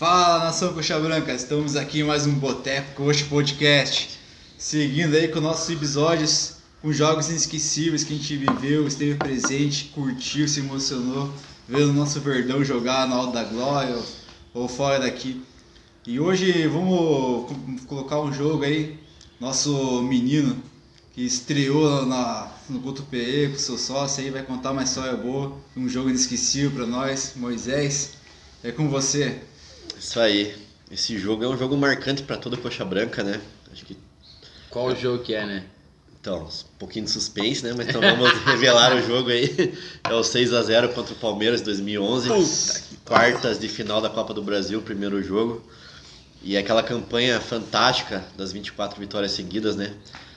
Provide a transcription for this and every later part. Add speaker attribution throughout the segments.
Speaker 1: Nação Coxa Branca, estamos aqui em mais um Boteco Coxa Podcast, seguindo aí com nossos episódios com jogos inesquecíveis que a gente viveu, esteve presente, curtiu, se emocionou, vendo o nosso Verdão jogar na Hora da Glória ou, ou fora daqui. E hoje vamos co- colocar um jogo aí, nosso menino que estreou na, no Guto PE com seu sócio aí, vai contar uma história boa, um jogo inesquecível pra nós, Moisés. É com você.
Speaker 2: Isso aí. Esse jogo é um jogo marcante para toda coxa branca, né? Acho que
Speaker 3: Qual o jogo que é, né?
Speaker 2: então, um pouquinho de suspense, né? Mas então vamos revelar o jogo aí. É o 6 a 0 contra o Palmeiras 2011. Quartas de final da Copa do Brasil, primeiro jogo. E aquela campanha fantástica das 24 vitórias seguidas, né?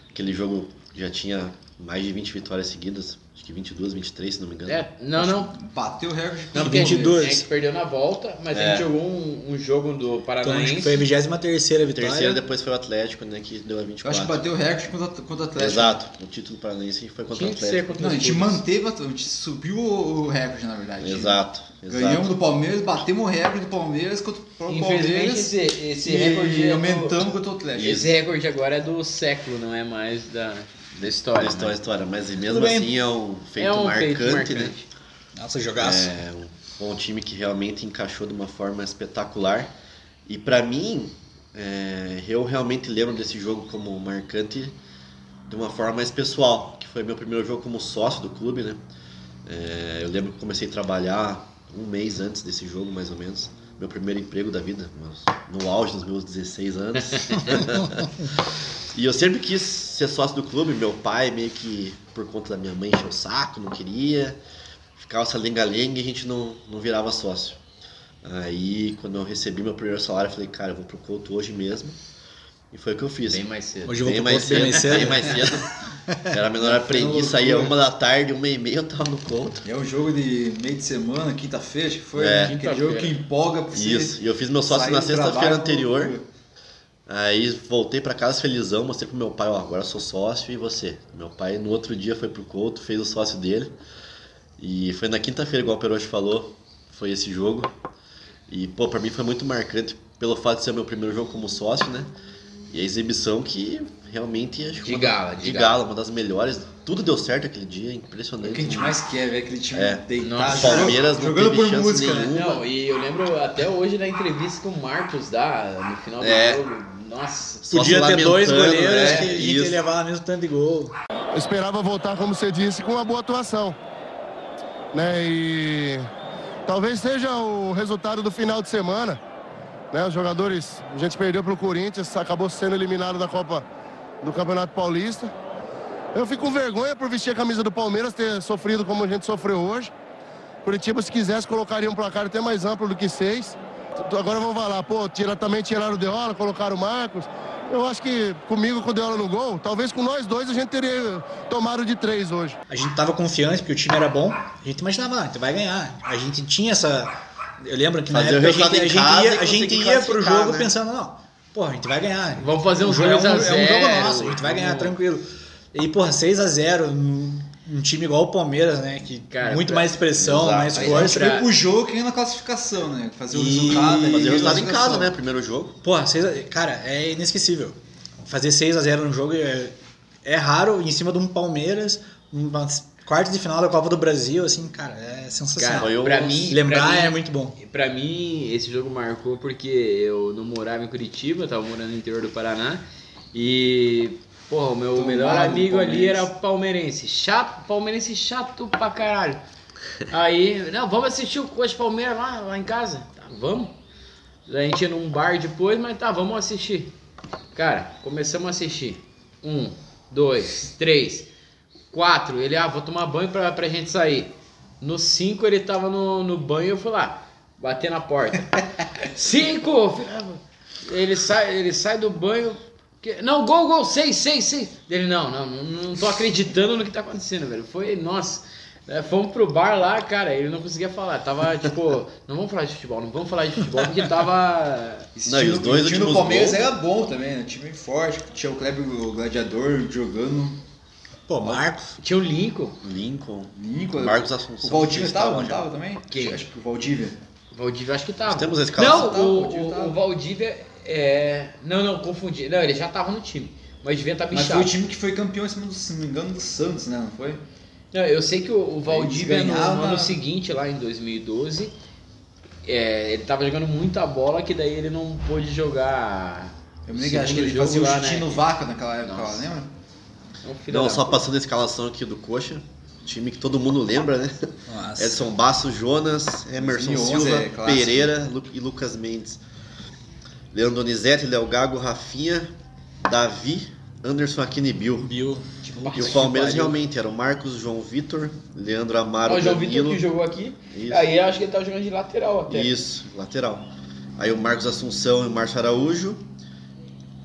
Speaker 2: Aquele jogo já tinha mais de 20 vitórias seguidas, acho que 22, 23, se não me engano.
Speaker 3: É, não, não.
Speaker 1: Bateu o recorde do
Speaker 3: Não, porque a gente,
Speaker 1: Palmeiras.
Speaker 3: a gente perdeu na volta, mas a gente jogou um, um jogo do
Speaker 4: Então, acho que
Speaker 3: Paranaense.
Speaker 4: foi a 23 vitória.
Speaker 2: Terceiro depois foi o Atlético, né, que deu a
Speaker 1: Eu
Speaker 2: 24.
Speaker 1: acho que bateu o recorde contra, contra o Atlético.
Speaker 2: Exato. O título paranaense foi contra
Speaker 3: Tinha
Speaker 2: o
Speaker 3: que ser
Speaker 2: Atlético.
Speaker 3: contra
Speaker 1: Não, a
Speaker 3: os
Speaker 1: gente
Speaker 3: clubes.
Speaker 1: manteve, a- a gente subiu o o recorde, na verdade.
Speaker 2: Exato. exato.
Speaker 1: Ganhamos do Palmeiras, batemos o recorde do Palmeiras contra o próprio
Speaker 3: Infelizmente,
Speaker 1: Palmeiras.
Speaker 3: esse, esse recorde.
Speaker 1: E
Speaker 3: é do-
Speaker 1: aumentamos contra o Atlético.
Speaker 3: Esse recorde agora é do século, não é mais da, da história.
Speaker 2: Essa é uma
Speaker 3: né?
Speaker 2: história, mas mesmo
Speaker 4: Tudo bem.
Speaker 2: assim é um feito,
Speaker 3: é um
Speaker 2: marcante,
Speaker 3: feito
Speaker 2: né?
Speaker 3: marcante.
Speaker 4: Nossa, jogaço.
Speaker 2: É um bom time que realmente encaixou de uma forma espetacular. E pra mim, é, eu realmente lembro desse jogo como marcante de uma forma mais pessoal, que foi meu primeiro jogo como sócio do clube, né? É, eu lembro que comecei a trabalhar um mês antes desse jogo, mais ou menos. Meu primeiro emprego da vida, mas no auge dos meus 16 anos. E eu sempre quis ser sócio do clube, meu pai meio que por conta da minha mãe encheu o saco, não queria. Ficava essa lenga-lenga e a gente não, não virava sócio. Aí quando eu recebi meu primeiro salário, eu falei, cara, eu vou pro Couto hoje mesmo. E foi o que eu fiz.
Speaker 3: Bem mais cedo.
Speaker 4: Hoje eu vou
Speaker 2: Bem
Speaker 4: pro
Speaker 2: mais
Speaker 4: Couto bem
Speaker 2: cedo,
Speaker 4: mais cedo.
Speaker 2: bem mais cedo. Era menor aprendiz, saía uma da tarde, uma e meia, eu tava no Couto.
Speaker 1: É um jogo de meio de semana, quinta-feira, acho que foi né?
Speaker 2: É.
Speaker 1: aquele jogo que
Speaker 3: Quinta-feira.
Speaker 1: empolga pra você
Speaker 2: Isso. E eu fiz meu
Speaker 1: sair
Speaker 2: sócio na
Speaker 1: do trabalho
Speaker 2: sexta-feira
Speaker 1: pro-
Speaker 2: anterior. Aí voltei pra casa felizão, mostrei pro meu pai, ó, agora eu sou sócio e você. Meu pai no outro dia foi pro Couto, fez o sócio dele. E foi na quinta-feira, igual o Perotti falou, foi esse jogo. E, pô, pra mim foi muito marcante pelo fato de ser meu primeiro jogo como sócio, né? E a exibição que realmente acho que
Speaker 3: De
Speaker 2: uma-
Speaker 3: gala, de
Speaker 2: de gala, uma das melhores. Tudo deu certo aquele dia, impressionante.
Speaker 1: é O que a gente
Speaker 2: né?
Speaker 1: mais quer, ver aquele time
Speaker 2: É.
Speaker 1: deitado.
Speaker 3: Nossa.
Speaker 1: jogando-
Speaker 2: Palmeiras não
Speaker 1: jogando
Speaker 2: teve
Speaker 1: por
Speaker 2: chance
Speaker 1: música, né?
Speaker 2: nenhuma.
Speaker 3: Não, e eu lembro até hoje da entrevista que o Marcos dá no final do
Speaker 2: É.
Speaker 3: jogo. Nossa.
Speaker 2: Só se
Speaker 4: Podia ter dois
Speaker 2: lamentando,
Speaker 4: goleiros
Speaker 2: né?
Speaker 4: que a gente
Speaker 2: Isso.
Speaker 4: ia levar mesmo tanto de gol.
Speaker 5: Eu esperava voltar, como você disse, com uma boa atuação. Né? E talvez seja o resultado do final de semana. Né? Os jogadores, a gente perdeu para o Corinthians, acabou sendo eliminado da Copa do Campeonato Paulista. Eu fico com vergonha por vestir a camisa do Palmeiras, ter sofrido como a gente sofreu hoje. Curitiba, se quisesse, colocaria um placar até mais amplo do que seis. Agora vão falar, pô, tira, também tiraram o Deola, colocaram o Marcos. Eu acho que comigo, com o Deola no gol, talvez com nós dois a gente teria tomado de três hoje.
Speaker 4: A gente tava confiante porque o time era bom. A gente imaginava, ah, então vai ganhar. A gente tinha essa. Eu lembro que na
Speaker 2: Fazer o
Speaker 4: época a
Speaker 2: resultado
Speaker 4: gente, a
Speaker 2: em
Speaker 4: gente
Speaker 2: casa e
Speaker 4: ia, a gente
Speaker 2: conseguir
Speaker 4: ia pro
Speaker 2: classificar,
Speaker 4: jogo
Speaker 2: né?
Speaker 4: pensando, não, porra, a gente vai ganhar.
Speaker 3: Vamos fazer
Speaker 4: O
Speaker 3: uns
Speaker 4: jogo é um,
Speaker 3: 2 a
Speaker 4: é um jogo
Speaker 3: 0.
Speaker 4: nosso, a gente vai ganhar tranquilo. E, porra, 6x0, um, um time igual o Palmeiras, né? Que
Speaker 3: Cara,
Speaker 4: muito
Speaker 3: pra-
Speaker 4: mais pressão,
Speaker 2: Exato.
Speaker 4: mais
Speaker 1: Aí
Speaker 4: força.
Speaker 1: a gente foi
Speaker 3: pra-
Speaker 1: pro jogo que ganha na classificação, né? Fazer o
Speaker 4: E-
Speaker 1: resultado. ali,
Speaker 2: Fazer o resultado em
Speaker 1: classificação.
Speaker 2: casa, né? Primeiro jogo.
Speaker 4: Porra, seis a- cara, é inesquecível. Fazer 6x0 no jogo é, é raro em cima de um Palmeiras, uma quarta de final da Copa do Brasil, assim, cara, é sensacional.
Speaker 2: Cara, eu-
Speaker 3: pra mim,
Speaker 4: Lembrar
Speaker 3: pra mim,
Speaker 4: é muito bom.
Speaker 3: E Pra mim, esse jogo marcou porque eu não morava em Curitiba, eu tava morando no interior do Paraná. E, porra, o meu
Speaker 1: Tomado
Speaker 3: melhor amigo ali
Speaker 1: palmeirense.
Speaker 3: era palmeirense. Chato, palmeirense chato pra caralho. Aí, não, vamos assistir o Coxa Palmeiras lá, lá em casa. Tá, vamos. A gente ia num bar depois, mas tá, vamos assistir. Cara, começamos a assistir. Um, dois, três, quatro. Ele, ah, vou tomar banho pra, pra gente sair. No cinco ele tava no, no banho eu fui lá, bater na porta. cinco! ah, Ele sai, ele sai do banho. que- Não, gol, gol, seis, seis, seis. Ele, não, não, não, não tô acreditando no que tá acontecendo, velho. Foi, nossa. É, fomos pro bar lá, cara, ele não conseguia falar. Tava tipo, não vamos falar de futebol, não vamos falar de futebol, porque tava.
Speaker 2: Não, e os dois
Speaker 1: o time do
Speaker 2: últimos
Speaker 1: Palmeiras
Speaker 2: gols-
Speaker 1: era bom também, né? Time forte, tinha o Kleber o Gladiador jogando.
Speaker 4: Pô, Marcos.
Speaker 3: Tinha o Lincoln.
Speaker 2: Lincoln.
Speaker 1: Lincoln,
Speaker 2: Marcos Assunção.
Speaker 1: O Valdívia
Speaker 2: estava
Speaker 1: estava, não estava também?
Speaker 3: Quem?
Speaker 1: Acho que o Valdívia.
Speaker 3: Valdívia acho que tava.
Speaker 2: Nós temos a escalação,
Speaker 3: Não,
Speaker 2: tá?
Speaker 3: o,
Speaker 2: O Valdívia
Speaker 3: o-
Speaker 2: tava.
Speaker 3: o Valdívia é. Não, não, confundi. Não, ele já tava no time. Mas devia estar tá
Speaker 1: Mas foi
Speaker 3: bichado.
Speaker 1: o time que foi campeão, se não se não me engano, do Santos, né? Não foi?
Speaker 3: Não, eu sei que o, o Valdívia no
Speaker 1: ganhavam-
Speaker 3: ano seguinte, lá em 2012, é, ele tava jogando muita bola que daí ele não pôde jogar.
Speaker 1: Eu me lembro, acho que ele
Speaker 3: segundo
Speaker 1: fazia
Speaker 3: jogo
Speaker 1: o
Speaker 3: lá,
Speaker 1: chute
Speaker 3: né?
Speaker 1: no vácuo naquela época, lá,
Speaker 3: Nossa.
Speaker 1: lembra?
Speaker 3: É um filho
Speaker 2: Não,
Speaker 3: da
Speaker 2: só
Speaker 3: puta.
Speaker 2: passando a escalação aqui do Coxa. Time que todo mundo lembra, né?
Speaker 4: Nossa.
Speaker 2: Edson Basso, Jonas, Emerson
Speaker 1: 2011
Speaker 2: Silva,
Speaker 1: é clássico.
Speaker 2: Pereira Lu- e Lucas Mendes. Leandro Donizete, Léo Gago, Rafinha, Davi, Anderson Aquino e Bill.
Speaker 4: Bill.
Speaker 2: E o
Speaker 3: que
Speaker 2: Palmeiras
Speaker 3: Tipo, pariu.
Speaker 2: realmente era o Marcos, João Vitor, Leandro Amaro,
Speaker 3: Ó, o João Vitor
Speaker 2: Danilo.
Speaker 3: que jogou aqui.
Speaker 2: Isso.
Speaker 3: Aí eu acho que ele tava jogando de lateral até.
Speaker 2: Isso, lateral. Aí o Marcos Assunção e o Márcio Araújo.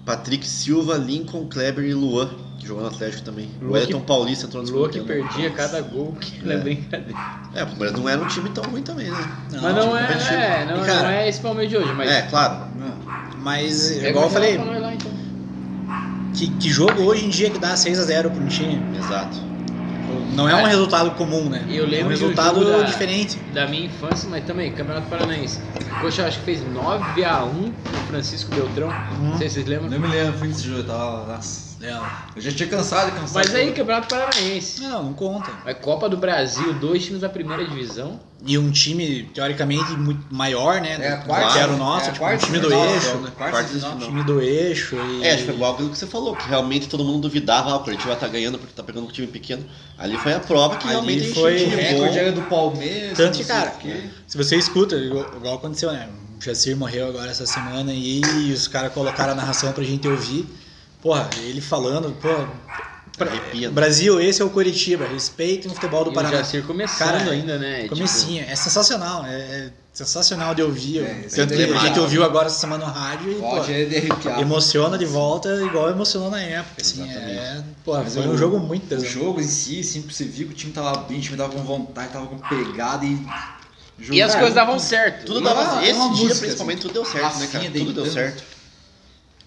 Speaker 2: Patrick Silva, Lincoln, Kleber e Luan, que jogou no Atlético também. o
Speaker 3: Luan que-
Speaker 2: Wellington Paulista entrou no
Speaker 3: Lua que
Speaker 2: segundo tempo.
Speaker 3: perdia cada gol que era
Speaker 2: É.
Speaker 3: brincadeira.
Speaker 2: É, o Palmeiras não era um time tão ruim também, né?
Speaker 3: mas não é,
Speaker 2: competitivo.
Speaker 3: é, não,
Speaker 4: E, cara,
Speaker 3: não é esse Palmeiras de hoje, mas.
Speaker 2: É, claro.
Speaker 1: Não.
Speaker 4: Mas,
Speaker 3: Pega
Speaker 4: igual eu
Speaker 3: o
Speaker 4: falei,
Speaker 3: Renato pra nós lá, então.
Speaker 4: que, que jogo hoje em dia que dá 6x0 pra um time?
Speaker 2: Exato.
Speaker 4: Não é um resultado comum, né?
Speaker 3: Eu
Speaker 4: é um
Speaker 3: lembro que o
Speaker 4: resultado
Speaker 3: Jura-
Speaker 4: diferente.
Speaker 3: da minha infância, mas também Campeonato Paranaense. O Coxa acho que fez 9x1 pro Francisco Beltrão. Não sei se vocês lembram.
Speaker 1: Não me lembro, fui nesse jogo, eu tava lá. Nossa.
Speaker 4: Não,
Speaker 1: Eu já tinha cansado, cansado.
Speaker 3: Mas aí, Campeonato Paranaense.
Speaker 4: não, não conta.
Speaker 3: Mas Copa do Brasil, dois times da primeira divisão.
Speaker 4: E um time, teoricamente, muito maior, né?
Speaker 1: É,
Speaker 4: do-
Speaker 1: a quarta.
Speaker 4: que era o
Speaker 1: é
Speaker 4: nosso,
Speaker 1: a
Speaker 4: tipo,
Speaker 1: quarta
Speaker 4: um time do
Speaker 1: final,
Speaker 4: eixo,
Speaker 1: né?
Speaker 4: né?
Speaker 1: Quarta de final.
Speaker 4: Time do eixo e...
Speaker 2: É, acho que foi igual aquilo que você falou, que realmente todo mundo duvidava, ah, o Curitiba tá ganhando porque tá pegando um time pequeno. Ali foi a prova que
Speaker 4: Ali
Speaker 2: realmente a
Speaker 4: foi-
Speaker 1: O
Speaker 2: gente tinha um time
Speaker 1: recorde
Speaker 2: bom.
Speaker 1: era do Palmeiras.
Speaker 4: Tanto que,
Speaker 1: não sei
Speaker 4: cara,
Speaker 1: o quê.
Speaker 4: se você escuta, igual, igual aconteceu, né? O Jacir morreu agora essa semana e, os caras colocaram a narração pra gente ouvir. Porra, ele falando, porra. pra-
Speaker 2: Arrepia, né?
Speaker 4: Brasil, esse é o Curitiba. Respeitem o futebol
Speaker 3: E
Speaker 4: do
Speaker 3: o
Speaker 4: Paraná.
Speaker 3: Jacir começando
Speaker 4: Cara,
Speaker 3: ainda, né?
Speaker 4: Comecinho, é sensacional, é, é sensacional de ouvir.
Speaker 1: É, isso
Speaker 4: Tanto
Speaker 1: é
Speaker 4: que a
Speaker 1: demais.
Speaker 4: gente ouviu agora essa semana no rádio e, pô,
Speaker 1: Pode é derrepiar.
Speaker 4: emociona de volta igual emocionou na época. Assim, é, pô,
Speaker 1: Mas
Speaker 4: foi
Speaker 1: o-
Speaker 4: um jogo muito
Speaker 1: O
Speaker 4: tesão.
Speaker 1: jogo em si, assim, você viu que o time tava bem, o time tava com vontade, tava com pegada e.
Speaker 3: Tipo, e as
Speaker 1: Cara,
Speaker 3: coisas davam certo.
Speaker 2: Tudo
Speaker 1: É
Speaker 2: dava.
Speaker 1: uma- é
Speaker 2: esse
Speaker 1: uma
Speaker 2: dia,
Speaker 1: música,
Speaker 2: principalmente,
Speaker 1: assim.
Speaker 2: tudo deu certo, né,
Speaker 1: Rafinha
Speaker 2: cara? Tudo deu
Speaker 1: deitando.
Speaker 2: certo.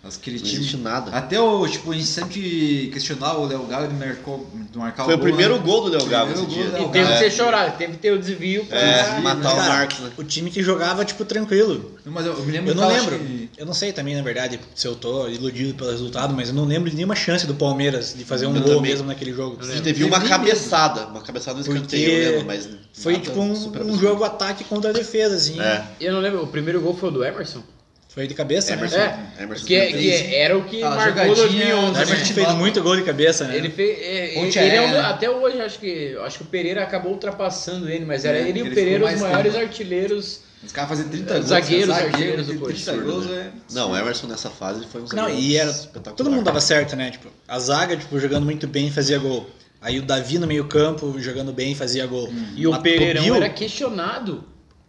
Speaker 1: Nossa, aquele
Speaker 2: Não
Speaker 1: time.
Speaker 2: existe nada.
Speaker 1: Até o, tipo, a gente sempre questionava o Léo Gago de, marcou, de marcar
Speaker 2: Foi o
Speaker 1: gol, né?
Speaker 2: primeiro gol do Léo Gago
Speaker 1: Primeiro
Speaker 2: esse
Speaker 1: gol
Speaker 2: dia.
Speaker 1: do Léo
Speaker 3: E
Speaker 1: É.
Speaker 3: teve que ser chorado, teve que ter o desvio pra.
Speaker 2: É, matar o
Speaker 4: Cara,
Speaker 2: Marcos, né?
Speaker 4: O time que jogava, tipo, tranquilo.
Speaker 1: Não, Mas eu, eu me lembro
Speaker 4: Eu
Speaker 1: que
Speaker 4: não
Speaker 1: tava,
Speaker 4: lembro.
Speaker 1: acho que-
Speaker 4: Eu não sei também, na verdade, se eu tô iludido pelo resultado, mas eu não lembro de nenhuma chance do Palmeiras de fazer um
Speaker 2: Eu
Speaker 4: gol
Speaker 2: também.
Speaker 4: mesmo naquele jogo.
Speaker 3: Eu
Speaker 2: A gente
Speaker 3: lembro.
Speaker 2: né? teve uma
Speaker 1: Teve
Speaker 2: cabeçada, uma cabeçada no escanteio,
Speaker 4: Porque
Speaker 2: eu lembro, mas.
Speaker 4: Foi
Speaker 2: nada
Speaker 4: tipo um,
Speaker 2: super
Speaker 4: um
Speaker 2: absurdo.
Speaker 4: jogo ataque contra a defesa, assim.
Speaker 2: É,
Speaker 3: Eu não lembro, o primeiro gol foi o do Emerson?
Speaker 4: Foi de cabeça,
Speaker 2: Emerson.
Speaker 4: né?
Speaker 3: É,
Speaker 2: Emerson
Speaker 3: que,
Speaker 2: Fernandes.
Speaker 3: que era o que
Speaker 1: Ah, jogadinha-
Speaker 3: marcou 2011.
Speaker 4: É, O
Speaker 1: Emerson
Speaker 3: né?
Speaker 4: Emerson fez muito gol de cabeça, né?
Speaker 3: Ele fez. é,
Speaker 1: Ponte
Speaker 3: ele é um-
Speaker 1: aérea.
Speaker 3: até hoje, acho que, acho que o Pereira acabou ultrapassando ele, mas era
Speaker 1: É,
Speaker 3: ele e
Speaker 1: ele
Speaker 3: o
Speaker 1: ficou
Speaker 3: Pereira os
Speaker 1: mais
Speaker 3: maiores
Speaker 1: tempo.
Speaker 3: artilheiros.
Speaker 1: Os caras faziam 30 gols.
Speaker 3: Zagueiros,
Speaker 1: né?
Speaker 3: artilheiros do
Speaker 1: 30
Speaker 2: Corinthians.
Speaker 1: gols é.
Speaker 2: Não, o Emerson nessa fase foi um
Speaker 4: Não,
Speaker 2: zagueiro
Speaker 4: e era.
Speaker 2: espetacular.
Speaker 4: Todo mundo dava certo, né? Tipo, a zaga, tipo, jogando muito bem fazia gol. Aí o Davi no meio-campo, jogando bem, fazia gol.
Speaker 1: Hum.
Speaker 2: é.
Speaker 3: E o
Speaker 4: Mas
Speaker 3: Pereirão
Speaker 4: Bill-
Speaker 3: era questionado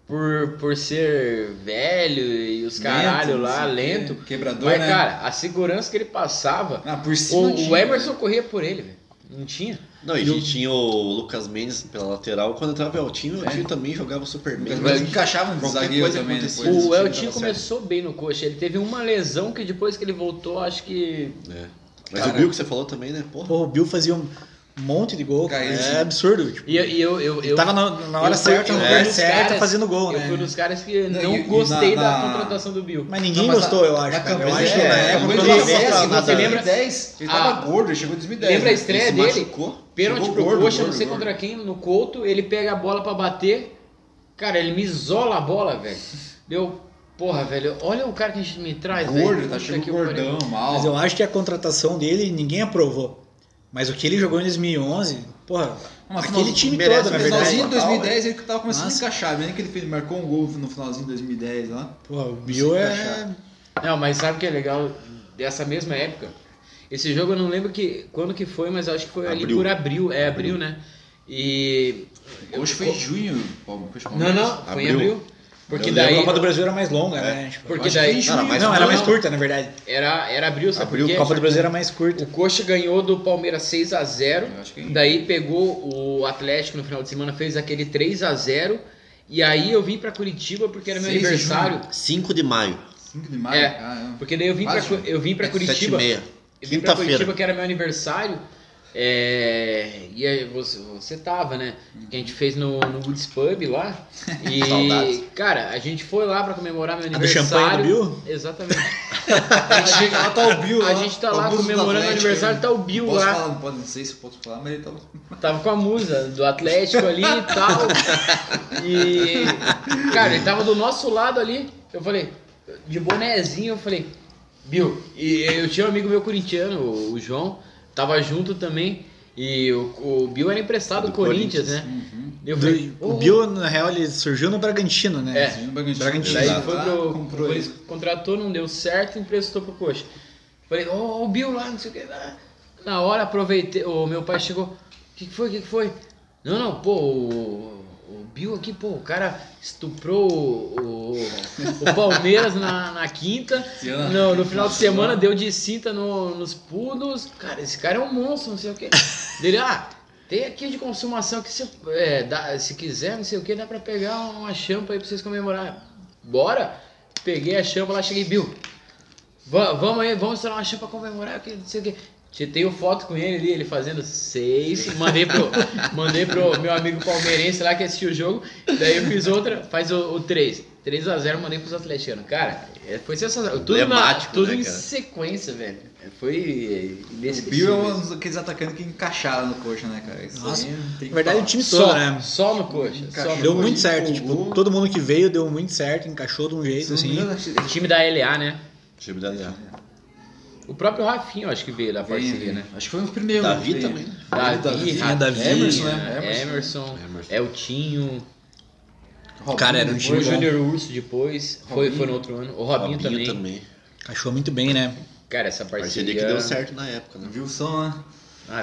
Speaker 3: por, por ser velho e os caralho
Speaker 1: Lento, não
Speaker 3: lá,
Speaker 1: sei o quê,
Speaker 3: lento.
Speaker 1: Quebrador,
Speaker 3: Mas,
Speaker 1: né?
Speaker 3: cara, a segurança que ele passava,
Speaker 1: Ah, por cima
Speaker 3: o,
Speaker 1: tinha,
Speaker 3: o Emerson
Speaker 1: né?
Speaker 3: corria por ele, velho. Não tinha.
Speaker 4: assim,
Speaker 2: Não, e, a gente tinha o Lucas Mendes pela lateral. Quando entrava o Eltinho, o
Speaker 4: É.
Speaker 2: Eltinho também jogava super bem.
Speaker 1: Mas eles encaixavam de
Speaker 2: Qualquer
Speaker 1: zagueiro
Speaker 2: coisa
Speaker 1: também né?
Speaker 2: acontecia.
Speaker 1: depois.
Speaker 2: Pois esse
Speaker 3: O
Speaker 2: time
Speaker 3: Eltinho
Speaker 2: dava
Speaker 3: começou bem no coxa. Ele teve uma lesão que depois que ele voltou, acho que.
Speaker 2: É. Mas
Speaker 1: Cara.
Speaker 2: o Bill que você falou também, né? Porra.
Speaker 4: Porra, o Bill fazia um monte de gol.
Speaker 1: Cara,
Speaker 4: Cara,
Speaker 1: esse-
Speaker 4: é absurdo. Tipo,
Speaker 3: E, e eu, eu, eu,
Speaker 4: tava na, na hora
Speaker 3: eu fui-
Speaker 4: certa,
Speaker 3: eu
Speaker 4: no
Speaker 3: fui
Speaker 4: lugar
Speaker 3: dos
Speaker 4: certo,
Speaker 3: caras-
Speaker 4: fazendo gol,
Speaker 3: eu
Speaker 4: né?
Speaker 3: fui um dos caras que
Speaker 1: Não,
Speaker 3: não,
Speaker 1: e- e
Speaker 3: gostei
Speaker 1: na-
Speaker 3: da
Speaker 1: na-
Speaker 3: contratação do Bill.
Speaker 4: Mas ninguém
Speaker 1: Não, mas
Speaker 4: gostou,
Speaker 3: Ah,
Speaker 4: eu acho.
Speaker 1: Na
Speaker 4: cara.
Speaker 1: campanha
Speaker 4: Eu acho
Speaker 1: é,
Speaker 4: que na
Speaker 1: é,
Speaker 4: época
Speaker 1: quando
Speaker 4: eu
Speaker 2: ele
Speaker 4: tava
Speaker 2: fez,
Speaker 4: bem,
Speaker 2: assim,
Speaker 4: assim,
Speaker 2: nada.
Speaker 4: você lembra?
Speaker 1: 2010, ele
Speaker 3: Ah.
Speaker 1: tava gordo, ele chegou em 2010.
Speaker 3: Lembra a
Speaker 1: né?
Speaker 3: estreia
Speaker 2: Ele se
Speaker 3: dele?
Speaker 2: machucou.
Speaker 3: Pênalti
Speaker 1: Chegou
Speaker 3: pro
Speaker 1: gordo,
Speaker 3: coxa,
Speaker 1: gordo,
Speaker 3: não sei
Speaker 1: gordo.
Speaker 3: contra quem, no Couto, ele pega a bola pra bater. Cara, ele me isola a bola, velho. Deu. Porra, velho, olha o cara que a gente me traz, velho.
Speaker 1: Gordo, tá
Speaker 3: Puta
Speaker 1: chegando
Speaker 3: que pariu.
Speaker 1: gordão, mal.
Speaker 4: Mas eu acho que a contratação dele ninguém aprovou. Mas o que ele jogou em 2011, porra,
Speaker 1: Mas
Speaker 4: aquele
Speaker 1: final-
Speaker 4: time
Speaker 2: merece
Speaker 4: todo, na
Speaker 2: um
Speaker 4: verdade.
Speaker 1: finalzinho de
Speaker 2: total,
Speaker 1: 2010 ele que tava começando
Speaker 4: Nossa.
Speaker 1: a encaixar. Vendo que ele fez, marcou um gol no finalzinho de 2010 lá.
Speaker 4: Porra, o Bill é.
Speaker 1: encaixar.
Speaker 3: Não, mas sabe o que é legal dessa mesma época? Esse jogo eu não lembro que, quando que foi, mas acho que foi ali
Speaker 2: Abril.
Speaker 3: por abril. É, abril, né? E.
Speaker 1: Hoje foi em junho, Palme- foi
Speaker 3: Não,
Speaker 1: Palmeiras.
Speaker 3: não, foi em
Speaker 2: Abril.
Speaker 3: abril. Porque
Speaker 2: Eu
Speaker 4: E a
Speaker 3: daí.
Speaker 4: Copa do Brasil era mais longa, né? Tipo,
Speaker 3: Porque
Speaker 1: acho que foi
Speaker 3: daí.
Speaker 1: em
Speaker 2: Não,
Speaker 1: junho.
Speaker 2: mas-
Speaker 4: Não, era mais
Speaker 3: não.
Speaker 4: curta, na verdade.
Speaker 3: Era, era abril, sabe
Speaker 2: Abril,
Speaker 3: por
Speaker 4: A
Speaker 3: quê?
Speaker 4: Copa do Brasil era mais curta.
Speaker 3: O Coxa ganhou do Palmeiras 6 a 0
Speaker 1: Eu acho que é.
Speaker 3: Daí pegou o Atlético no final de semana, fez aquele 3 a 0 E aí eu vim pra Curitiba porque era meu
Speaker 1: 6 de
Speaker 3: aniversário.
Speaker 2: 5 de maio,
Speaker 1: 5 de maio?
Speaker 3: É.
Speaker 1: Ah,
Speaker 3: Porque daí eu vim, pra,
Speaker 1: Quase, É
Speaker 3: Cu- eu vim pra
Speaker 2: 7 e
Speaker 3: Curitiba.
Speaker 2: meia.
Speaker 3: Eu vim pra
Speaker 2: Quinta-feira.
Speaker 3: Curitiba que era meu aniversário. É, e aí você, você tava, né? Que a gente fez no, no Woods Pub lá.
Speaker 2: Saudades.
Speaker 3: E, cara, a gente foi lá pra comemorar meu
Speaker 4: A do champanhe do
Speaker 3: aniversário.
Speaker 4: Bill?
Speaker 3: Exatamente.
Speaker 1: A gente chega lá, tá o Bill
Speaker 3: A gente tá lá
Speaker 1: Augusto do
Speaker 3: comemorando o
Speaker 1: Atlético,
Speaker 3: aniversário,
Speaker 1: hein?
Speaker 3: tá o Bill
Speaker 1: posso
Speaker 3: lá.
Speaker 1: Falar, não, pode, não sei se eu posso falar, mas ele tá lá.
Speaker 3: Tava com a musa do Atlético ali e tal. E. Cara, ele tava do nosso lado ali. Eu falei, de bonezinho, eu falei, Bill. E eu tinha um amigo meu corintiano, o- o João, tava junto também. E o, o Bill era emprestado do
Speaker 2: Do
Speaker 3: Corinthians,
Speaker 2: Corinthians,
Speaker 3: né? E eu
Speaker 4: Do-
Speaker 3: falei,
Speaker 4: o
Speaker 3: "Ô,
Speaker 4: Bill, na real, ele surgiu no Bragantino, né?
Speaker 3: É.
Speaker 1: Assim, no Bragantino.
Speaker 4: Bragantino.
Speaker 1: Daí
Speaker 3: Daí foi
Speaker 1: lá,
Speaker 3: pro.
Speaker 1: comprou
Speaker 3: foi-
Speaker 1: ele.
Speaker 3: contratou, não deu certo, emprestou pro coxa. Falei, ô, o Bill lá, não sei o que. lá. Na hora aproveitei, o meu pai chegou. O que, que foi? O que, que foi? Não, não, pô, o, o Bill aqui, pô, o cara estuprou o, o- o Palmeiras na, na quinta.
Speaker 1: Senhora.
Speaker 3: No, no final de semana deu de cinta no- nos pudos. Cara, esse cara é um monstro, não sei o que. Dele, ah. Tem aqui de consumação que se, é, dá- se quiser, não sei o que, dá pra pegar uma champa aí pra vocês comemorar. Bora! Peguei a champa lá, cheguei, Bill. va- Vamos aí, vamos estourar uma champa pra comemorar, que não sei o que. Tenho foto com ele ali, ele fazendo seis. Mandei pro, mandei pro meu amigo palmeirense lá que assistiu o jogo. Daí eu fiz outra, faz o, o 3. 3x0, mandei pros atletianos. Cara, é, foi sensacional. Tudo, na,
Speaker 2: Emblemático,
Speaker 3: tudo
Speaker 2: né,
Speaker 3: em
Speaker 2: cara?
Speaker 3: sequência, velho. Foi. é,
Speaker 1: O Bill é
Speaker 3: inesquecível.
Speaker 1: um daqueles atacantes que encaixaram no coxa, né, cara? Isso
Speaker 4: Nossa,
Speaker 1: aí não tem
Speaker 4: Na verdade,
Speaker 1: o
Speaker 4: o time
Speaker 3: Só,
Speaker 4: todo, né?
Speaker 3: só no coxa. Só no
Speaker 1: Encaixou.
Speaker 4: Deu
Speaker 1: Foi
Speaker 4: muito certo.
Speaker 1: o
Speaker 4: Tipo,
Speaker 1: gol.
Speaker 4: todo mundo que veio deu muito certo, encaixou de um jeito, assim.
Speaker 3: O time da LA, né?
Speaker 2: Time da Leal.
Speaker 3: O próprio Rafinha, eu acho que veio da parceria, né?
Speaker 1: Acho que foi o primeiro.
Speaker 2: Davi
Speaker 1: né?
Speaker 2: também.
Speaker 3: Davi,
Speaker 1: Davi,
Speaker 3: Rafinha,
Speaker 4: Davi,
Speaker 3: Emerson,
Speaker 1: né?
Speaker 3: né?
Speaker 1: Emerson.
Speaker 3: Emerson,
Speaker 2: Emerson.
Speaker 3: Eltinho,
Speaker 1: Robinho
Speaker 4: Cara, era um
Speaker 1: depois,
Speaker 3: foi o
Speaker 4: time bom.
Speaker 3: Júnior Urso depois, foi,
Speaker 1: Robinho.
Speaker 3: foi no outro ano, o Robinho, também.
Speaker 4: Encaixou muito bem, né?
Speaker 3: Cara, essa
Speaker 2: Parceria
Speaker 3: parceria...
Speaker 2: que deu certo na época, né?
Speaker 1: Viu o som, né?
Speaker 3: Ah,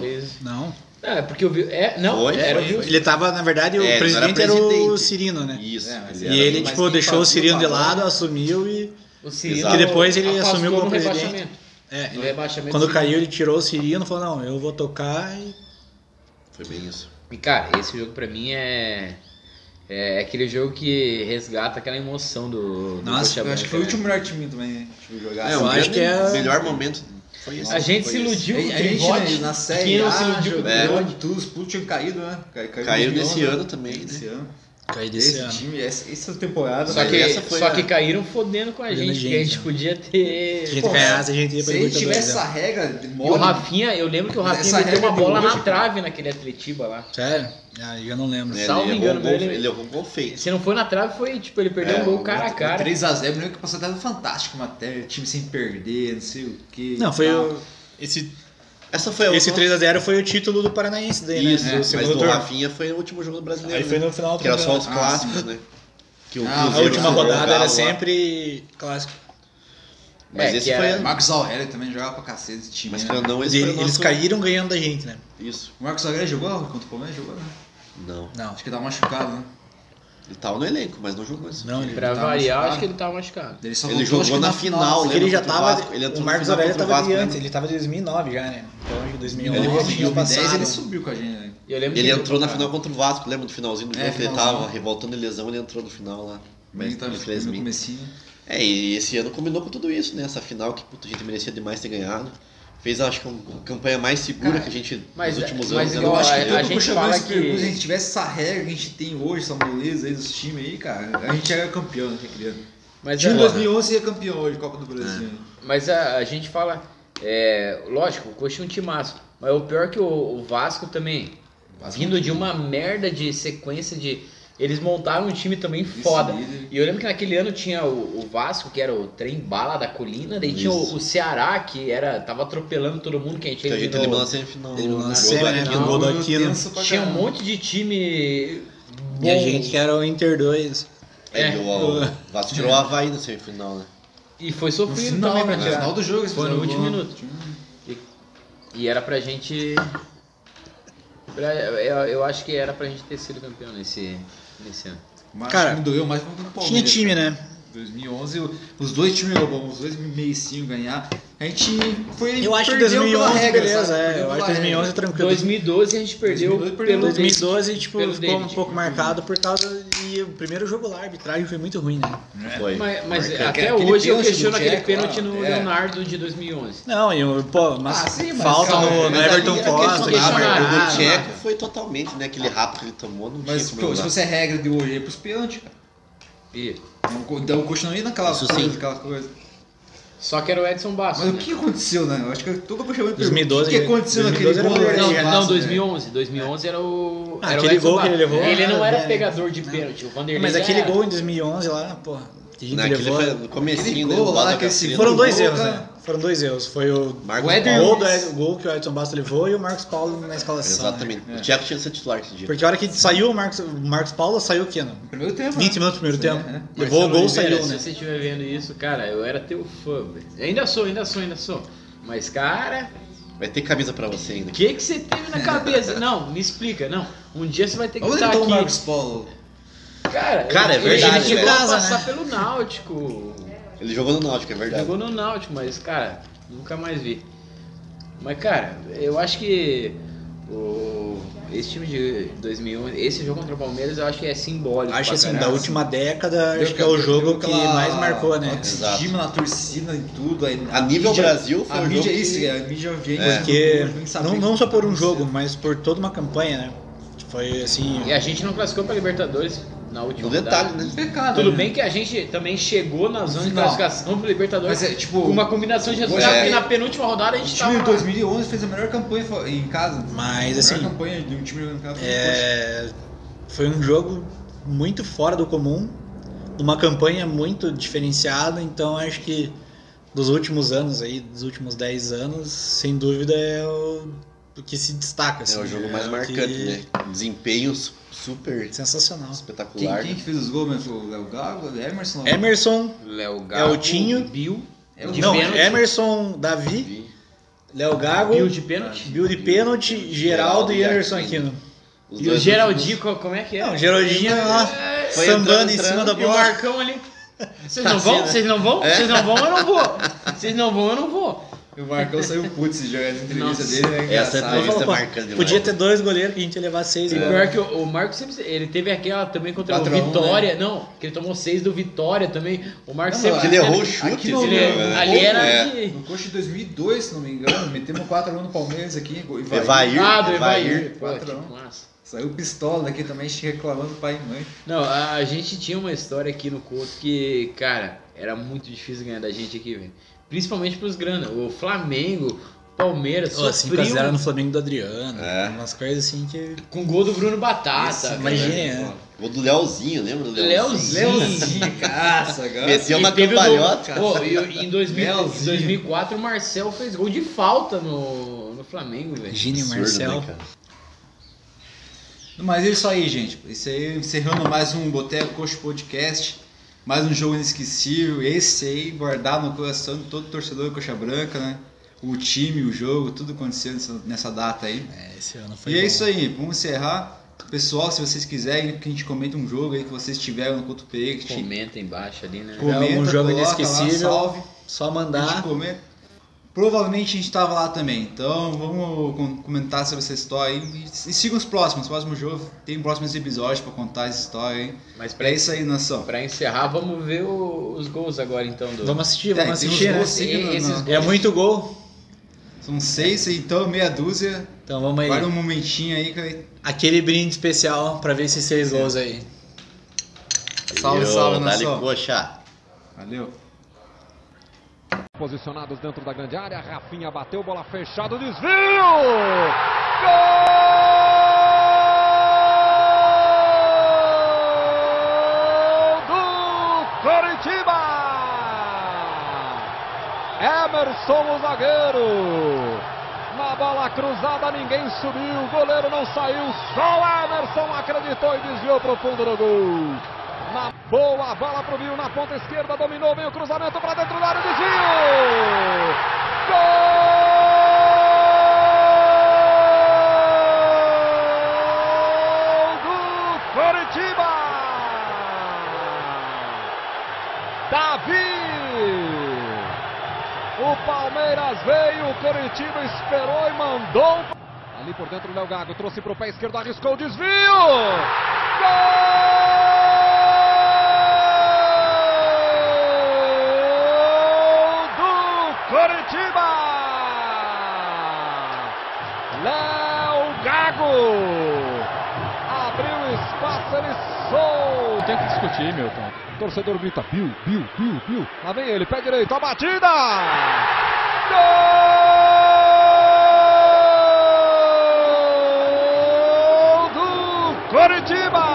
Speaker 2: Wilson.
Speaker 3: fez...
Speaker 4: Não.
Speaker 3: Ah, é porque o Wilson... É, não,
Speaker 2: Foi,
Speaker 3: era
Speaker 2: foi,
Speaker 3: o Wilson.
Speaker 4: Ele tava, na verdade, o
Speaker 2: É, não era
Speaker 4: presidente era, o
Speaker 2: presidente.
Speaker 4: Cirino, né?
Speaker 2: Isso.
Speaker 1: É, mas
Speaker 4: E
Speaker 1: era-
Speaker 4: ele,
Speaker 1: mas
Speaker 4: tipo,
Speaker 1: quem
Speaker 4: deixou o
Speaker 1: fazia o
Speaker 4: Cirino de
Speaker 1: papel-
Speaker 4: lado, assumiu e.
Speaker 3: O Cirilo
Speaker 2: Exato.
Speaker 4: E depois ele
Speaker 3: afastou
Speaker 4: assumiu como
Speaker 3: no
Speaker 4: presidente.
Speaker 3: rebaixamento.
Speaker 4: É,
Speaker 3: No
Speaker 4: ele-
Speaker 3: rebaixamento,
Speaker 4: quando
Speaker 3: sim.
Speaker 4: caiu, ele tirou o Cirino e falou: Não, eu vou tocar e.
Speaker 2: Foi bem isso.
Speaker 3: E, cara, esse jogo pra mim é... É aquele jogo que resgata aquela emoção do, do
Speaker 4: Nossa,
Speaker 3: Coxa
Speaker 1: Eu acho
Speaker 3: Branca,
Speaker 1: que foi o
Speaker 3: né?
Speaker 1: último melhor time também, né? Tipo, jogar.
Speaker 2: É,
Speaker 4: eu
Speaker 2: o
Speaker 4: acho
Speaker 2: grande-
Speaker 4: que é-
Speaker 2: melhor momento foi esse.
Speaker 3: A gente
Speaker 2: Foi
Speaker 3: se
Speaker 2: esse.
Speaker 3: iludiu com o
Speaker 1: A gente
Speaker 3: Pivote,
Speaker 1: né, na
Speaker 3: que
Speaker 1: série
Speaker 3: não
Speaker 1: A,
Speaker 3: se iludiu com o
Speaker 2: é.
Speaker 3: Pivote.
Speaker 1: jogou tudo, os pulos tinham caído, né? Caiu, caiu em
Speaker 2: Caiu
Speaker 1: 2011,
Speaker 2: nesse
Speaker 1: né?
Speaker 2: ano também, né?
Speaker 1: Esse ano.
Speaker 4: Caiu
Speaker 1: Esse time, essa, essa temporada.
Speaker 3: né? Só
Speaker 2: Mas
Speaker 3: que,
Speaker 2: essa foi
Speaker 3: só
Speaker 2: a-
Speaker 3: que caíram fodendo com a
Speaker 4: Fodendo
Speaker 3: gente,
Speaker 4: a
Speaker 3: que a
Speaker 4: gente,
Speaker 3: gente
Speaker 4: né?
Speaker 3: podia
Speaker 4: Se a
Speaker 3: ter.
Speaker 4: gente ganhasse, a gente ia
Speaker 1: Se
Speaker 4: pra
Speaker 1: ele tivesse
Speaker 4: Libertadores.
Speaker 1: essa
Speaker 4: né?
Speaker 1: regra de
Speaker 3: E o
Speaker 1: mole,
Speaker 3: Rafinha, eu lembro que o Rafinha
Speaker 1: Essa
Speaker 3: meteu
Speaker 1: regra
Speaker 3: uma
Speaker 1: de
Speaker 3: bola
Speaker 1: hoje,
Speaker 3: na
Speaker 1: cara.
Speaker 3: trave naquele Atletiba lá.
Speaker 4: Sério? Ah, eu não lembro.
Speaker 2: É,
Speaker 3: Salvo
Speaker 2: ele errou
Speaker 3: engano,
Speaker 2: um gol,
Speaker 3: ele-
Speaker 2: ele errou um gol feito.
Speaker 3: Se não foi na trave, foi tipo, ele perdeu
Speaker 2: É,
Speaker 3: um gol cara a cara.
Speaker 1: 3x0, eu lembro que passou até do Fantástico matéria, time sem perder, não sei o quê.
Speaker 4: Não, foi
Speaker 1: tal.
Speaker 4: o. Esse,
Speaker 2: Essa foi a
Speaker 4: esse
Speaker 2: última.
Speaker 4: 3x0 foi o título do Paranaense daí, né?
Speaker 2: Isso,
Speaker 4: Do
Speaker 2: mas
Speaker 4: segundo
Speaker 2: do
Speaker 4: turno.
Speaker 2: Rafinha foi o último jogo do brasileiro.
Speaker 4: Aí
Speaker 2: né?
Speaker 4: foi no final do
Speaker 2: Que era só os
Speaker 4: campeonato.
Speaker 2: clássicos, né? Que o
Speaker 1: Ah,
Speaker 4: A
Speaker 2: Cruzeiro
Speaker 4: última
Speaker 2: jogou o
Speaker 4: rodada era
Speaker 2: Galo lá.
Speaker 4: sempre clássico.
Speaker 2: Mas
Speaker 3: É, que
Speaker 2: esse foi.
Speaker 3: era-
Speaker 2: a-
Speaker 1: Marcos Aurélio também jogava pra cacete esse time.
Speaker 2: Mas
Speaker 1: né?
Speaker 2: querendo ou não,
Speaker 4: Eles,
Speaker 2: esse foi o
Speaker 4: eles
Speaker 2: nosso-
Speaker 4: caíram ganhando da gente, né?
Speaker 2: Isso.
Speaker 1: O Marcos Aurélio jogou contra o Palmeiras? Jogou, né?
Speaker 2: Não.
Speaker 4: Não.
Speaker 1: Acho que dava machucado, né?
Speaker 2: Ele tava no elenco, mas não jogou isso.
Speaker 4: Não, ele,
Speaker 3: Pra
Speaker 1: Tá
Speaker 3: variar,
Speaker 1: machucado.
Speaker 3: acho que ele tava machucado.
Speaker 1: Ele, só
Speaker 2: Ele
Speaker 1: voltou,
Speaker 2: jogou
Speaker 1: acho que
Speaker 2: na final,
Speaker 1: acho
Speaker 4: Porque
Speaker 1: que
Speaker 2: lembra?
Speaker 4: ele já
Speaker 2: contra o
Speaker 4: tava.
Speaker 2: Vasco, ele entrou
Speaker 4: o
Speaker 2: no
Speaker 4: Marcos
Speaker 2: final
Speaker 4: Aurélio
Speaker 2: contra o
Speaker 4: tava de
Speaker 2: Vasco, né?
Speaker 4: antes, ele tava de 2009 já, né? Então, de 2011,
Speaker 2: Ele
Speaker 1: Ele
Speaker 2: conseguiu,
Speaker 1: conseguiu
Speaker 4: tinha
Speaker 1: 2010
Speaker 4: passado.
Speaker 1: ele subiu com a gente, né?
Speaker 3: Eu lembro
Speaker 2: Ele
Speaker 3: que
Speaker 2: entrou na final contra o Vasco, lembra? No finalzinho do
Speaker 1: É,
Speaker 2: jogo que ele
Speaker 1: finalzinho.
Speaker 2: tava revoltando de lesão, ele entrou no final lá. Mas
Speaker 1: Ele tava no
Speaker 2: infelizmente.
Speaker 1: comecinho.
Speaker 2: É, e esse ano combinou com tudo isso, né? Essa final que puta, a gente merecia demais ter ganhado. Fez, acho que, uma campanha mais segura
Speaker 1: Cara,
Speaker 2: que a gente
Speaker 3: mas-
Speaker 2: nos últimos
Speaker 3: mas
Speaker 2: anos.
Speaker 3: igual
Speaker 2: né?
Speaker 1: Eu acho
Speaker 3: a-
Speaker 1: que
Speaker 3: a
Speaker 1: todo
Speaker 3: gente
Speaker 1: mundo chamou
Speaker 3: fala
Speaker 1: esse percurso,
Speaker 3: que-
Speaker 1: se a gente tivesse essa regra que a gente tem hoje, essa moleza aí dos times aí, cara, a gente era campeão naquele criando.
Speaker 3: Mas,
Speaker 1: Time
Speaker 3: é,
Speaker 1: 2011 ia campeão hoje, Copa do Brasil. né?
Speaker 3: mas a, a gente fala. é, lógico, o Coxa é um timaço. Mas o pior é que o, o Vasco também.
Speaker 1: Vasco
Speaker 3: Tá
Speaker 4: um
Speaker 3: vindo de uma merda de sequência de. Eles montaram um time também foda.
Speaker 1: líder.
Speaker 3: E eu lembro que naquele ano tinha o, o Vasco, que era o trem bala da colina, daí tinha o,
Speaker 2: Isso.
Speaker 3: o Ceará, que era tava atropelando todo mundo, que a gente
Speaker 4: Então
Speaker 2: Que Então, a gente eliminou
Speaker 3: eliminou.
Speaker 2: na semifinal.
Speaker 4: Eliminou
Speaker 2: Gol do
Speaker 4: na semi, né?
Speaker 2: Aquino.
Speaker 4: Aquilo, gol do Aquino.
Speaker 1: Tenso pra
Speaker 3: Tinha um
Speaker 1: caramba.
Speaker 3: monte de time bom.
Speaker 4: E a gente que é era o Inter 2.
Speaker 2: É,
Speaker 3: É.
Speaker 2: o, o Vasco tirou o Havaí na semifinal, né?
Speaker 3: E foi
Speaker 1: No
Speaker 3: sofrido
Speaker 1: final,
Speaker 3: também pra
Speaker 1: no
Speaker 3: tirar.
Speaker 1: final do jogo, eles
Speaker 3: né, Foi no
Speaker 1: fizeram
Speaker 3: último
Speaker 1: gol.
Speaker 3: minuto. E era pra gente. pra- eu, eu acho que era pra gente ter sido campeão nesse, nesse ano.
Speaker 1: Mas
Speaker 4: Cara,
Speaker 1: me doeu mais quando o Palmeiras.
Speaker 4: Tinha time, né?
Speaker 1: 2011, o- os dois times jogou bom, os dois mereciam ganhar. A gente foi.
Speaker 4: Eu acho que
Speaker 1: perdeu pela
Speaker 4: 2011,
Speaker 1: regra,
Speaker 4: beleza,
Speaker 1: sabe?
Speaker 4: é,
Speaker 1: Perdeu
Speaker 4: eu acho
Speaker 1: pela
Speaker 4: que 2011 é
Speaker 1: regra.
Speaker 4: tranquilo.
Speaker 3: 2012 a gente perdeu
Speaker 1: 2012
Speaker 3: pelo
Speaker 4: 2012, tipo,
Speaker 3: pelo
Speaker 4: ficou
Speaker 3: David.
Speaker 4: um pouco marcado por causa. E o primeiro jogo lá, a arbitragem foi muito ruim, né?
Speaker 2: Foi.
Speaker 3: Mas, mas
Speaker 2: Marcante.
Speaker 3: até
Speaker 1: aquele
Speaker 3: hoje eu
Speaker 1: pênalti do
Speaker 3: questiono aquele
Speaker 1: Jack
Speaker 3: pênalti
Speaker 1: lá,
Speaker 3: no
Speaker 1: é.
Speaker 3: Leonardo de 2011.
Speaker 4: Não, e o- pô, mas,
Speaker 1: Ah, sim, mas
Speaker 4: falta
Speaker 1: calma,
Speaker 4: no, no
Speaker 1: mas
Speaker 4: Everton
Speaker 1: aí é
Speaker 4: Costa,
Speaker 2: Só
Speaker 4: que
Speaker 2: que
Speaker 3: Ah,
Speaker 2: esse
Speaker 3: marcado,
Speaker 2: marcado
Speaker 3: ah,
Speaker 2: do Tcheco foi totalmente, né? Aquele rato que ele tomou,
Speaker 4: tá
Speaker 2: não
Speaker 1: Mas
Speaker 2: tinha
Speaker 1: pô,
Speaker 4: né?
Speaker 2: como
Speaker 1: se
Speaker 2: mudar.
Speaker 1: fosse a regra de hoje, é pros pênaltis, cara.
Speaker 3: E-
Speaker 1: Então, Então o coach não ia naquela
Speaker 2: Isso
Speaker 1: coisa,
Speaker 2: sim.
Speaker 1: aquela coisa.
Speaker 3: Só que era o Edson Bastos.
Speaker 1: Mas o
Speaker 3: né?
Speaker 1: que aconteceu, né? Eu acho que eu tô puxando
Speaker 4: 2012,
Speaker 1: O que aconteceu naquele
Speaker 4: 2012 era
Speaker 1: gol? né?
Speaker 4: o
Speaker 3: Não,
Speaker 1: Edson
Speaker 3: não,
Speaker 1: Bastos,
Speaker 3: 2011. 2011 era o.
Speaker 4: Ah,
Speaker 3: era o
Speaker 4: aquele
Speaker 3: Edson
Speaker 4: gol que ele
Speaker 3: Bastos.
Speaker 4: levou,
Speaker 3: Ele não
Speaker 4: ah,
Speaker 3: era
Speaker 4: velho.
Speaker 3: pegador de
Speaker 4: Não.
Speaker 3: pênalti. O Vanderlei.
Speaker 4: Mas aquele
Speaker 3: era-
Speaker 4: gol em 2011 lá, porra, que a gente
Speaker 2: Naquele
Speaker 4: levou.
Speaker 2: Né, foi no
Speaker 1: Aquele
Speaker 2: comecinho,
Speaker 1: gol
Speaker 2: né,
Speaker 1: lá,
Speaker 2: da
Speaker 1: que esse-
Speaker 2: Catrina.
Speaker 4: Foram dois
Speaker 1: Gol,
Speaker 4: erros,
Speaker 1: cara.
Speaker 4: né? Foram dois erros. Foi o
Speaker 2: Marcos
Speaker 1: O Éder-
Speaker 2: Paulo.
Speaker 4: gol, do Ed- o gol que o Edson Bastos levou e o Marcos Paulo na escalação. né?
Speaker 2: Exatamente. O Tcheco tinha que ser titular esse dia.
Speaker 4: Porque a hora que saiu o Marcos, o Marcos Paulo, saiu o Keno.
Speaker 1: né? Primeiro tempo.
Speaker 4: 20
Speaker 1: né?
Speaker 4: minutos do primeiro tempo.
Speaker 1: É, é.
Speaker 4: Levou o gol,
Speaker 3: Marcelo Oliveira,
Speaker 4: saiu, né?
Speaker 3: Se você estiver vendo isso, cara, eu era teu fã, velho. Ainda sou, ainda sou, ainda sou. Mas, cara,
Speaker 2: Vai ter camisa pra você ainda.
Speaker 3: o que, que você teve na cabeça? Não, me explica, não. Um dia você vai ter que
Speaker 1: Onde
Speaker 3: estar
Speaker 1: tá o
Speaker 3: aqui.
Speaker 1: Marcos Paulo?
Speaker 3: Cara,
Speaker 2: Cara, é
Speaker 3: ele-
Speaker 2: verdade,
Speaker 3: Ele chegou
Speaker 4: velho.
Speaker 3: a
Speaker 4: Casa,
Speaker 3: passar
Speaker 4: né?
Speaker 3: pelo Náutico.
Speaker 2: Ele jogou no Náutico, é verdade.
Speaker 3: Jogou no Náutico, mas, cara, nunca mais vi. Mas, cara, eu acho que o, esse time de 2001, esse jogo contra o Palmeiras, eu acho que é simbólico.
Speaker 4: Acho
Speaker 3: pra
Speaker 4: assim,
Speaker 3: caralho.
Speaker 4: da última década,
Speaker 1: Deu
Speaker 4: acho que é o
Speaker 1: aquela-
Speaker 4: jogo
Speaker 1: deu
Speaker 4: que
Speaker 1: aquela-
Speaker 4: mais marcou, né?
Speaker 1: Autoestima na torcida e tudo.
Speaker 2: A nível
Speaker 1: mídia-
Speaker 2: Brasil foi
Speaker 1: A
Speaker 2: um
Speaker 1: mídia é
Speaker 2: jogo
Speaker 1: isso,
Speaker 2: que-
Speaker 1: a mídia vem.
Speaker 2: É.
Speaker 4: Porque
Speaker 1: vem saber
Speaker 4: não,
Speaker 1: o
Speaker 4: não
Speaker 1: que
Speaker 4: só
Speaker 1: tá
Speaker 4: por um
Speaker 1: acontecendo.
Speaker 4: jogo, mas por toda uma campanha, né? Foi assim.
Speaker 3: E a gente não classificou pra Libertadores na última
Speaker 4: Um
Speaker 2: No detalhe,
Speaker 3: rodada. Ah,
Speaker 2: né?
Speaker 1: Pecado.
Speaker 3: Tudo
Speaker 1: né?
Speaker 3: bem que a gente também chegou na zona de
Speaker 1: Não.
Speaker 3: classificação pro Libertadores.
Speaker 1: Mas é tipo.
Speaker 3: com uma combinação de resultados
Speaker 2: É.
Speaker 3: que na penúltima rodada a
Speaker 1: O
Speaker 3: gente
Speaker 1: time
Speaker 3: tava.
Speaker 1: de 2011 fez a melhor campanha fo- em casa.
Speaker 4: Mas
Speaker 1: a
Speaker 4: assim,
Speaker 1: melhor campanha de um time jogando em casa. foi o Coxa.
Speaker 4: é, foi um jogo muito fora do comum, uma campanha muito diferenciada, então acho que dos últimos anos aí, dos últimos 10 anos, sem dúvida é o, o que se
Speaker 2: É
Speaker 4: destaca. assim,
Speaker 2: o jogo mais
Speaker 4: que- é
Speaker 2: marcante, né? Desempenho su- super
Speaker 4: Sensacional.
Speaker 2: espetacular.
Speaker 1: Quem, quem que fez os gols mesmo? Foi O Léo Gago, o Emerson?
Speaker 4: Emerson,
Speaker 3: Léo
Speaker 4: Gago, É o Tinho.
Speaker 3: Bill.
Speaker 1: É o
Speaker 3: De
Speaker 4: não,
Speaker 3: pênalti.
Speaker 4: Emerson, Davi, Léo Gago,
Speaker 3: Bill de pênalti.
Speaker 4: Bill de pênalti, Geraldo e Anderson Aquino.
Speaker 2: Os
Speaker 3: E o
Speaker 2: dois
Speaker 3: Geraldinho, co- como é que é?
Speaker 4: Não, Geraldinho tá lá,
Speaker 3: É,
Speaker 2: Foi
Speaker 4: sambando em
Speaker 2: entrando,
Speaker 4: cima
Speaker 2: entrando,
Speaker 4: da
Speaker 3: E o
Speaker 4: bola.
Speaker 3: Marcão ali. Vocês não vão? Vocês não vão?
Speaker 2: É.
Speaker 3: Vocês não vão, eu não vou. Vocês não vão, eu não vou.
Speaker 1: É, O Marcão saiu puto esse jogo, essa entrevista
Speaker 3: Nossa.
Speaker 1: dele é
Speaker 2: Essa
Speaker 1: engraçada.
Speaker 2: entrevista-
Speaker 4: Fala, pô,
Speaker 2: marcante demais.
Speaker 4: Podia ter dois goleiros que a gente ia levar
Speaker 2: É.
Speaker 4: seis. né?
Speaker 3: E
Speaker 4: igual.
Speaker 3: pior que o, o Marcos sempre. Ele teve aquela também contra
Speaker 1: Quatro a
Speaker 3: o
Speaker 1: um,
Speaker 3: Vitória. Não, que ele tomou seis do Vitória também. O Marcos
Speaker 1: Não,
Speaker 2: Que
Speaker 3: sempre.
Speaker 2: né? ele errou o chute,
Speaker 1: Aqui no-
Speaker 2: esse
Speaker 3: Ele-
Speaker 2: jogo, né?
Speaker 3: ali era
Speaker 2: É.
Speaker 3: de.
Speaker 1: No coxa de 2002, se não me engano, metemos 4x1 no Palmeiras aqui. gol- Ivaí.
Speaker 2: Evair.
Speaker 3: Ah, do
Speaker 2: Evair,
Speaker 3: Evair. Pô,
Speaker 1: quatro
Speaker 3: que
Speaker 1: a um.
Speaker 3: massa.
Speaker 1: Saiu pistola daqui também, chega reclamando pai e mãe.
Speaker 3: Não, a, a gente tinha uma história aqui no Couto que, cara, era muito difícil ganhar da gente aqui, velho. Principalmente pros grana. O Flamengo, Palmeiras,
Speaker 4: Pô,
Speaker 3: sofreu
Speaker 4: 5x0 no Flamengo do Adriano.
Speaker 2: É.
Speaker 4: Umas coisas assim que.
Speaker 3: com gol do Bruno Batata.
Speaker 1: é
Speaker 3: velho.
Speaker 4: Imagina,
Speaker 2: Gol do Leozinho, lembra do Leozinho?
Speaker 3: Leozinho.
Speaker 1: Leozinho, caça, agora.
Speaker 2: Meteu uma
Speaker 3: E teve o do-
Speaker 2: cambalhota.
Speaker 3: Pô, e o- em, 2000,
Speaker 1: Leozinho.
Speaker 3: em 2004, o Marcel fez gol de falta no, no Flamengo, velho.
Speaker 4: Gini
Speaker 2: Absurdo,
Speaker 4: Marcel.
Speaker 2: né, cara?
Speaker 1: Mas é isso aí, gente. Isso aí, encerrando mais um Boteco Coxa Podcast. Mais um jogo inesquecível. Esse aí, guardado no coração de todo torcedor coxa branca, né? O time, o jogo, tudo acontecendo nessa, nessa data aí.
Speaker 4: É, esse ano foi.
Speaker 1: E é
Speaker 4: bom.
Speaker 1: isso aí, vamos encerrar. Pessoal, se vocês quiserem que a gente comente um jogo aí que vocês tiveram no Couto Pereira, que a gente
Speaker 3: Comenta embaixo ali, né?
Speaker 4: Com-
Speaker 1: comenta,
Speaker 4: um jogo
Speaker 1: coloca
Speaker 4: inesquecível.
Speaker 1: Lá, salve,
Speaker 4: Só
Speaker 1: a gente
Speaker 4: mandar.
Speaker 1: comenta. Provavelmente a gente estava lá também, então vamos com- comentar sobre essa história aí. E, e sigam os próximos, próximo jogo, tem próximos episódios pra contar essa história aí.
Speaker 3: Mas pra,
Speaker 1: É isso aí, nação.
Speaker 3: pra encerrar, vamos ver o- os gols agora, então, do...
Speaker 4: Vamos assistir,
Speaker 1: É,
Speaker 4: vamos
Speaker 1: tem uns
Speaker 4: assistir. né?
Speaker 1: gols sim, não-
Speaker 3: esses
Speaker 1: não.
Speaker 3: gols.
Speaker 4: É muito gol.
Speaker 1: São seis, então meia dúzia.
Speaker 4: Então vamos aí.
Speaker 1: Guarda um momentinho aí, cara.
Speaker 4: Aquele brinde especial pra ver esses seis gols aí.
Speaker 1: Salve,
Speaker 2: Yo,
Speaker 1: salve,
Speaker 2: Dali
Speaker 1: nação.
Speaker 2: coxa.
Speaker 1: Valeu.
Speaker 6: Posicionados dentro da grande área, Rafinha bateu, bola fechada, o desvio! Gol do Coritiba! Emerson, o zagueiro! Na bola cruzada, ninguém subiu, o goleiro não saiu, só o Emerson acreditou e desviou pro fundo do gol. Na boa, a bola pro Bill na ponta esquerda, dominou, veio o cruzamento para dentro da área, desvio! Gol do Coritiba! Curitiba esperou e mandou. Ali por dentro o Léo Gago trouxe para o pé esquerdo, arriscou o desvio. Gol do Curitiba! Léo Gago abriu espaço, ele soltou. Tem que discutir, Milton. O torcedor grita: Bill, Bill, Bill, Bill. Lá vem ele, pé direito, a batida! Gol do Coritiba!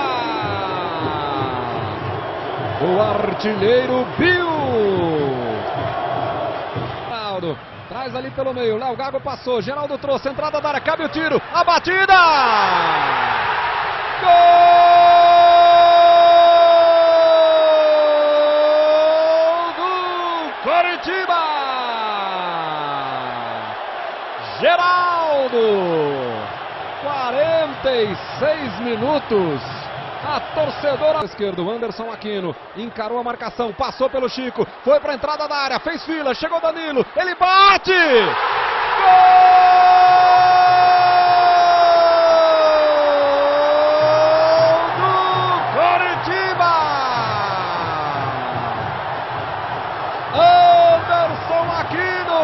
Speaker 6: O artilheiro Bill! Geraldo traz ali pelo meio, Léo Gago passou, Geraldo trouxe, entrada da área, cabe o tiro, a batida! Gol do Coritiba! Geraldo! 46 minutos. A torcedora esquerdo, Anderson Aquino, encarou a marcação, passou pelo Chico, foi para entrada da área, fez fila, chegou Danilo, ele bate! Gol do Coritiba! Anderson Aquino!